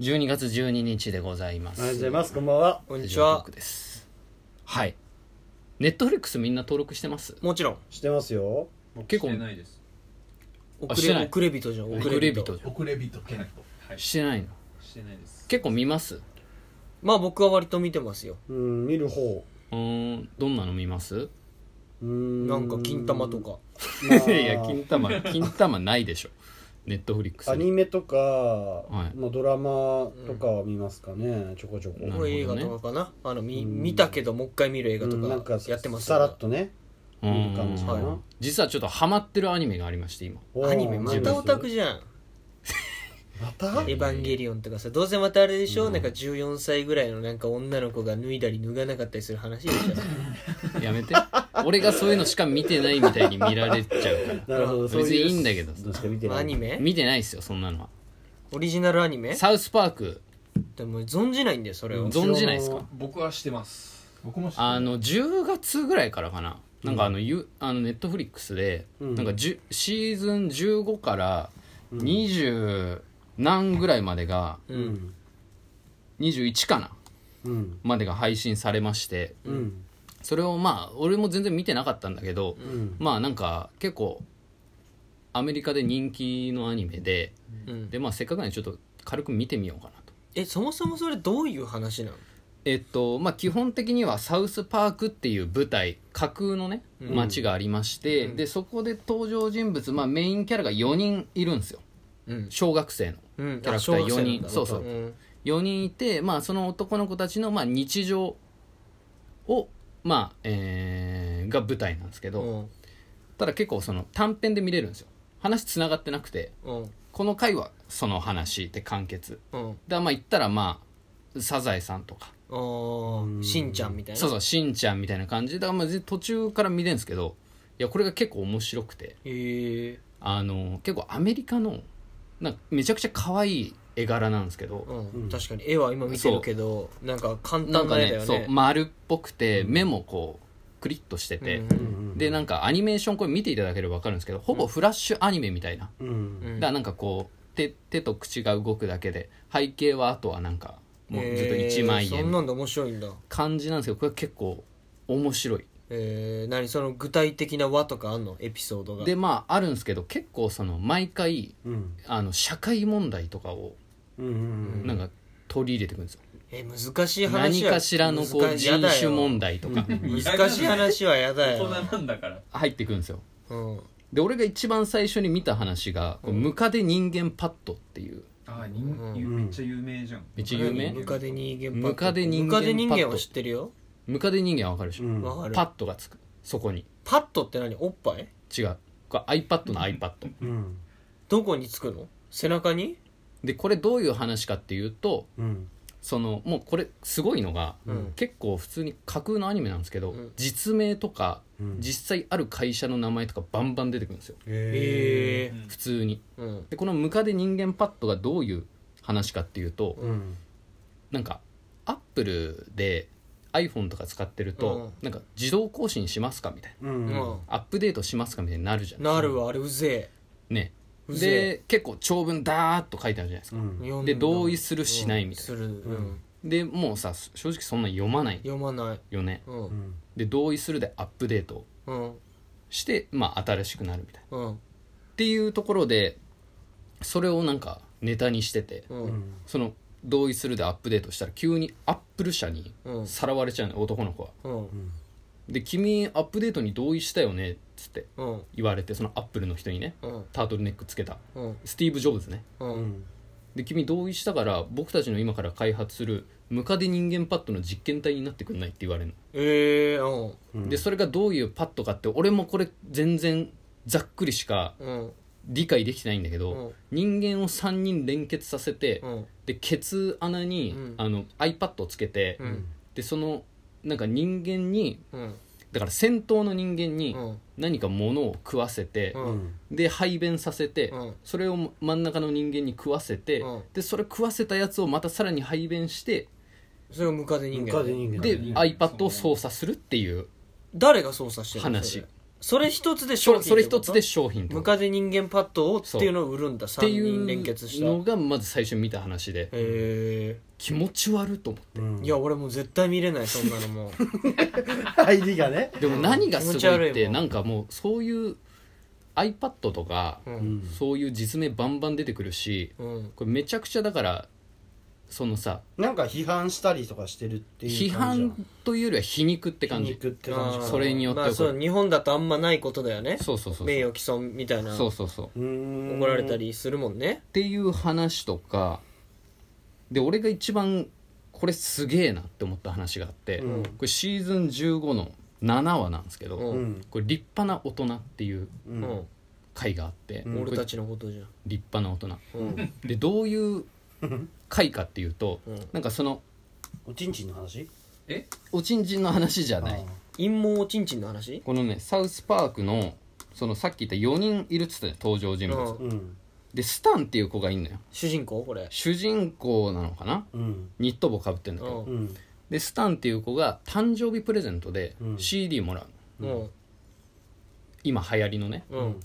12月12日でございまありすがとうございますこんばんはこんにち全は国。ですはいネットフリックスみんな登録してますもちろん。してますよ結構してないですあ遅してないれ、遅れ人じゃん。遅れ人じゃん遅れ人ケナコはいしてないのしてないです結構見ますまあ僕は割と見てますよ。うん見る方うーんどんなの見ますうんなんか金玉とか。 ま いあやいや金玉金玉ないでしょネットフリックスアニメとか、いまあ、ドラマとかは見ますかね、ちょこちょこ、なるほこどれね映画とかかな。あの、みうん見たけどもう一回見る映画うんなんとかかやってますさよらっとねう見る感じかんな、は実はちょっとハマってるアニメがありまして今おーアニメまたオタクじゃん。またエヴァンゲリオンとかさ、どうせまたあれでしょ、なんか14歳ぐらいのなんか女の子が脱いだり脱がなかったりする話でしょ。やめて 俺がそういうのしか見てないみたいに見られちゃうかなるほど別にいいんだけどうしか見てないアニらメ見てないですよそんなのはオリジナルアニメサウスパークでも存じないんだよ、それを。存じないです知らかな僕はしてます僕もしてあの10月ぐらいからかななんかあの,、ゆあのネットフリックスで、うんなんかじゅシーズン15から20何ぐらいまでが、うん21かなうんまでが配信されましてうんそれをまあ俺も全然見てなかったんだけど、うんまあなんか結構アメリカで人気のアニメで、うんでまあせっかくなんでちょっと軽く見てみようかなとえ、そもそもそれどういう話なのえっとまあ基本的にはサウスパークっていう舞台架空のねうん街がありまして、でそこで登場人物、まあ、メインキャラが4人いるんですようん。小学生のうん、キャラクターあ小学生なんだ四人そうそうん4人いて、まあ、その男の子たちの、まあ、日常を、まあえーが舞台なんですけど、うんただ結構その短編で見れるんですよ話つながってなくてうんこの回はその話で完結うんだからまあ言ったらまあサザエさんとかあーしんちゃんみたいなそうそうしんちゃんみたいな感じでだからまあ全然途中から見れるんですけどいやこれが結構面白くてへえあの結構アメリカのなんかめちゃくちゃ可愛い絵柄なんですけど、うん、確かに絵は今見てるけどなんか簡な単んかな絵ねだよそうね丸っぽくて目もこうクリッとしてて、うんうんでなんかアニメーションこれ見ていただければ分かるんですけどほぼフラッシュアニメみたいな、ううんんだからなんかこう手手と口が動くだけで背景はあとはなんかもうずっと1枚へーそん円なんで面白いんだ感じなんですけどこれ結構面白いえー、何その具体的な輪とかあんのエピソードがでまああるんですけど結構その毎回うんあの社会問題とかをうんうんなんか取り入れてくるんですよ、えー難しい話何はかしらのこう難しいや人だよ種問題とか難しい話はやだ大人よ、なんだから入ってくるんですようん、で俺が一番最初に見た話が「こうムカデ人間パッド」っていうああ人めっちゃ有名じゃんめっちゃ有名ムカデ人間ムカデ人間ムパッドカデ人間は知ってるよムカデ人間わかるでしょ、うんわかるパッドがつくそこにパッドって何おっぱい違うこれ iPad の iPad うんどこにつくの背中にでこれどういう話かっていうとうんそのもうこれすごいのが、ん結構普通に架空のアニメなんですけど、ん実名とか、うん実際ある会社の名前とかバンバン出てくるんですよへえ普通にうんでこのムカデ人間パッドがどういう話かっていうと、うんなんかアップルで iPhone とか使ってると、なんか自動更新しますかみたいなううんんアップデートしますかみたいになるじゃんなるわあれうぜねうぜで結構長文ダーッと書いてあるじゃないですうか、えん読んでだ同意するしないみたいなする、うん、でもうさ正直そんな読まない読まないよねううんんで同意するでアップデートうんして、まあ、新しくなるみたいなうんっていうところでそれをなんかネタにしてて、うんうんその同意するでアップデートしたら急にアップル社にうんさらわれちゃうの男の子はうんで「君アップデートに同意したよね」っつってうん言われてそのアップルの人にねうんタートルネックつけたうんスティーブ・ジョブズねううんんで君同意したから僕たちの今から開発するムカデ人間パッドの実験体になってくんないって言われるのええうんうんでそれがどういうパッドかって俺もこれ全然ざっくりしかうん理解できてないんだけど、人間を3人連結させて、うんでケツ穴に、うんあの iPad をつけて、うんでそのなんか人間にうんだから戦闘の人間にうん何か物を食わせて、うんうんで排便させて、うんそれを真ん中の人間に食わせて、うんでそれ食わせたやつをまたさらに排便してそれがムカデ人ム間カデ人間でうん iPad を操作するっていう誰が操作してるの話それそれ一つで商そ品れそれ一つでっ商品てこととムカデ人間パッドをっていうのを売るんだって3い人連結うしたのがまず最初見た話でへ気持ち悪いと思っうんえいや俺もう絶対見れないそんなのもう ID がねてでも何がすごいっ気持ち悪いてもんなんかもうそういう iPad とかうんそういう実名バンバン出てくるしうんこれめちゃくちゃだからそのさなんか批判したりとかしてるってい批う感じ判というよりは皮肉って感皮じ肉って感じあーそれによってまあそう日本だとあんまないことだよねそうそうそう名誉毀損みたいなそうそうそうっうーん怒られたりするもんねていう話とかで俺が一番これすげえなって思った話があって、うんこれシーズン15の7話なんですけど、ううんこれ立派な大人っていうううんん回があって、うん俺たちのことじゃん立派な大うん人でどういう回かっていうと、うんなんかそのおちんちんの話えおちんちんの話じゃない陰謀おちんちんの話このねサウスパークのそのさっき言った4人いるっつったね登場人物、うんあーうんでスタンっていう子がいんのよ主人公これ主人公なのかなうんニット帽かぶってんだけど、うんうんでスタンっていう子が誕生日プレゼントでうん CD もらうの、うん今流行りのねうん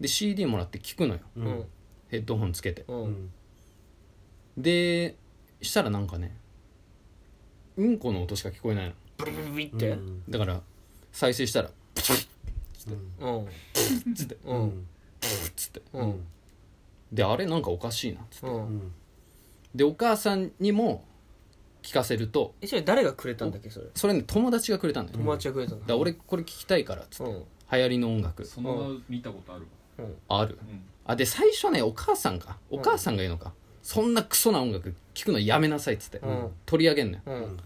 で CD もらって聞くのよううんんヘッドホンつけてううんんでしたらなんかねうんこの音しか聞こえないのブリブリブリっうんてううんんだから再生したらプチッうんつってううんんプチッつってうんうんであれなんかおかしいなっつってうんでお母さんにも聞かせるとえそれ誰がくれたんだっけそれそれね友達がくれたんだよ、だ友達がくれたのから俺これ聞きたいからっつってう、ん流行りの音楽その名見たことあるわうんあるうんあで最初ねお母さんかお母さんが言うのか、そんなクソな音楽聴くのやめなさいっつって、うん取り上げんのようん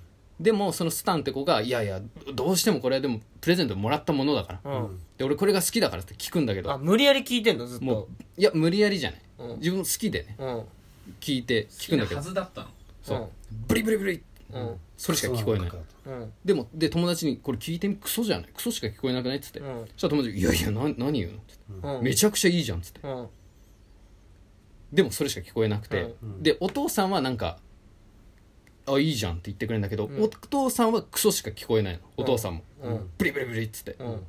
でもそのスタンって子がいやいやどうしてもこれはでもプレゼントもらったものだから、うんで俺これが好きだからって聞くんだけあど無理やり聞いてんのずっもとういや無理やりじゃない、うん自分好きでねうん聞いて聞くんだけど好きなはずだったのそうブリブリブリうんそれしか聞こえないそうのかうんでもで友達に「これ聞いてみクソじゃないクソしか聞こえなくない?」っつって、うんそしたら友達が「いやいやな何言うの?」っつって、うんめちゃくちゃいいじゃん」っつってうんでもそれしか聞こえなくて、うんでお父さんはなんか「あいいじゃん」って言ってくれるんだけど、うんお父さんはクソしか聞こえないのお父さんも、うんブリブリブリっつって、うん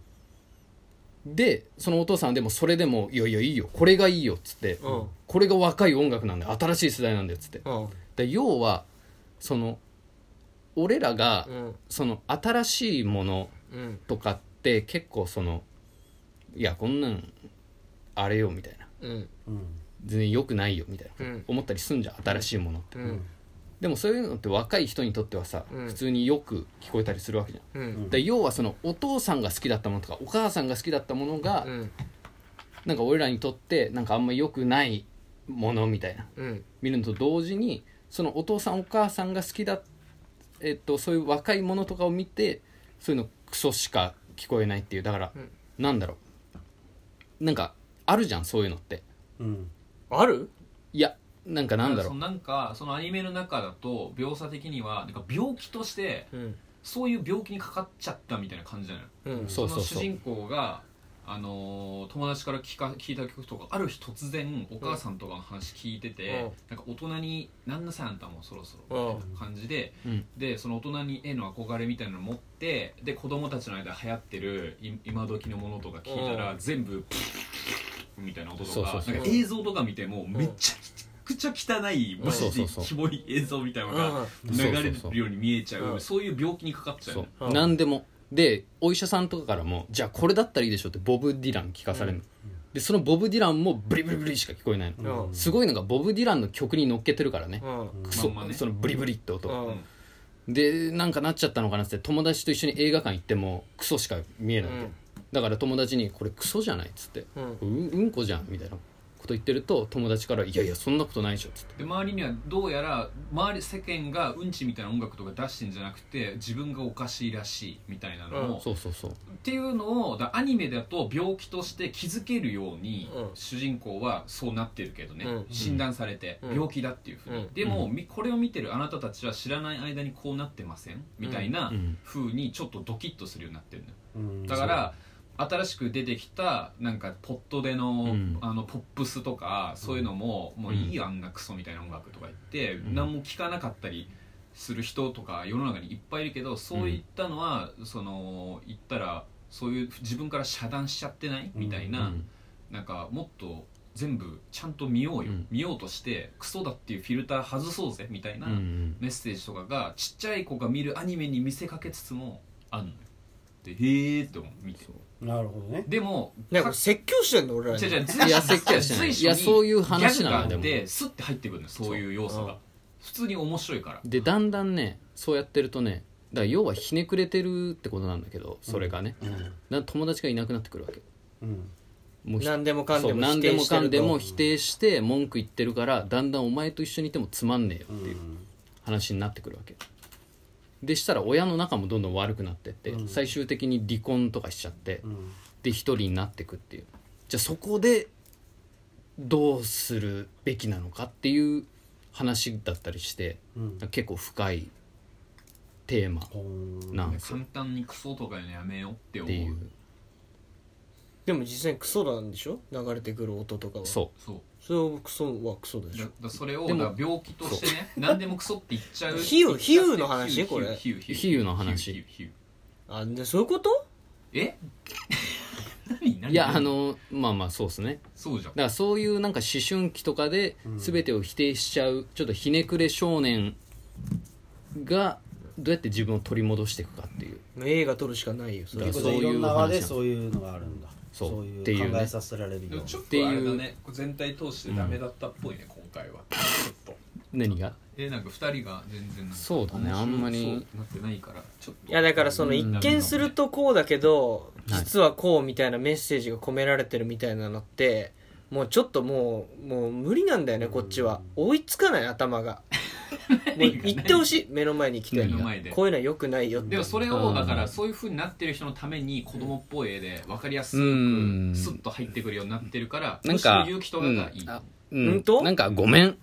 でそのお父さんはでもそれでも「いやいやいいよこれがいいよ」っつって、うんこれが若い音楽なんだよ新しい世代なんだよ」っつってうんで要はその俺らが、うんその新しいものうんとかって結構そのいやこんなんあれよみたいなうんうん全然良くないよみたいな、うん思ったりすんじゃん新しいものって、うんでもそういうのって若い人にとってはさ、うん普通によく聞こえたりするわけじゃんうんうんで要はそのお父さんが好きだったものとかお母さんが好きだったものが、うんなんか俺らにとってなんかあんま良くないものみたいなうん見るのと同時にそのお父さんお母さんが好きだ、えっと、そういう若いものとかを見てそういうのクソしか聞こえないっていうだから、うんなんだろうなんかあるじゃんそういうのってうんあるいやなんかなんだろそうなんかそのアニメの中だと描写的にはなんか病気としてうんそういう病気にかかっちゃったみたいな感じじゃないうんそうそうそうの主人公があのー友達から聞か聞いた曲とかある日突然お母さんとかの話聞いてて、なんか大人に「なんなさいあんたもうそろそろ」うん感じで、うんでその大人にへの憧れみたいなのを持ってで子供たちの間流行ってるい今時のものとか聞いたら、うん全部プッみたいな音そとうかそうそうなんか映像とか見てもめちゃくちゃ汚い、マジそでうそうそうキモい映像みたいなのうがん流れるように見えちゃう、うんそういう病気にかかっちゃうそようね、うん何でもでお医者さんとかからもじゃあこれだったらいいでしょってボブ・ディラン聞かされるの、でそのボブ・ディランもブリブリブリしか聞こえないの、うんすごいのがボブ・ディランの曲に乗っけてるからね、うんクソまんまねそのブリブリって音、うんでなんかなっちゃったのかなっつって友達と一緒に映画館行ってもクソしか見えないわけ、うんだから友達に「これクソじゃない」っつってう「うんんうんこじゃん」みたいなこと言ってると友達から「いやいやそんなことないでしょ」っつってで周りにはどうやら周り世間がうんちみたいな音楽とか出してんじゃなくて自分がおかしいらしいみたいなのを、うっそうそうそうていうのをだアニメだと病気として気づけるように、うん主人公はそうなってるけどね、うん診断されて、うん病気だっていうふうに、うんでも、みこれを見てるあなたたちは知らない間にこうなってませんみたいなうんふうにちょっとドキッとするようになってるんだようんだから新しく出てきたなんかポットでの,、うんあのポップスとかそういうのも、もういいよあんなクソみたいな音楽とか言って、ん何も聴かなかったりする人とか世の中にいっぱいいるけどそういったのは、その言ったらそういう自分から遮断しちゃってないみたいな、なんかもっと全部ちゃんと見ようよ、うん見ようとしてクソだっていうフィルター外そうぜみたいなうんうんメッセージとかがちっちゃい子が見るアニメに見せかけつつもあんのよでへえって思う見てなるほどねでもなんか説教してんの俺らに違う違う随いや説教はしてない随所にいやそういう話なのよギャグがあっでてスッて入ってくるのよそういう要素うんが普通に面白いからでだんだんねそうやってるとねだから要はひねくれてるってことなんだけどそれがね、うんだから友達がいなくなってくるわけうんもうひ何でもかんでそうも否何で定もしてるかとんでも否定して文句言ってるからだんだんお前と一緒にいてもつまんねえようっていうん話になってくるわけでしたら親の仲もどんどん悪くなってって、うん最終的に離婚とかしちゃってうんで一人になってくっていうじゃあそこでどうするべきなのかっていう話だったりしてうん結構深いテーマほーんなんですよ簡単にクソとか言うのやめようってっ思ていううでも実際にクソなんでしょ流れてくる音とかはそそうそれをクソはクソでしだょだそれをでもだ病気としてね何でもクソって言っちゃう比喩比喩の話比喩これ比喩比喩比喩の話比喩比喩比喩あでそういうことえ何う何いやあのまあまあそうですねそうじゃんだからそういうなんか思春期とかで全てを否定しちゃう、ちょっとひねくれ少年がどうやって自分を取り戻していくかっていう映画撮るしかないよそだれかとらいうそこういうとでいろんな場で話そういうのがあるんだそうそうっていいううね考えさせられるでよもちょうっとあれだねこう全体通してダメだったっぽいね、今回はちょっと何がえなんか二人が全然なんかそうだね面白あんまりそうなってないからちょっといやだからその一見するとこうだけどはい実はこうみたいなメッセージが込められてるみたいなのってもうちょっともうもう無理なんだよねこっちは追いつかない頭がもう言ってほしい目の前に来て目の前でこういうのは良くないよってでもそれうをんだからそういう風になってる人のために子供っぽい絵で分かりやすくうんスッと入ってくるようになってるからなんむしろか勇気とかがいい、うんああうん本当なんかごめん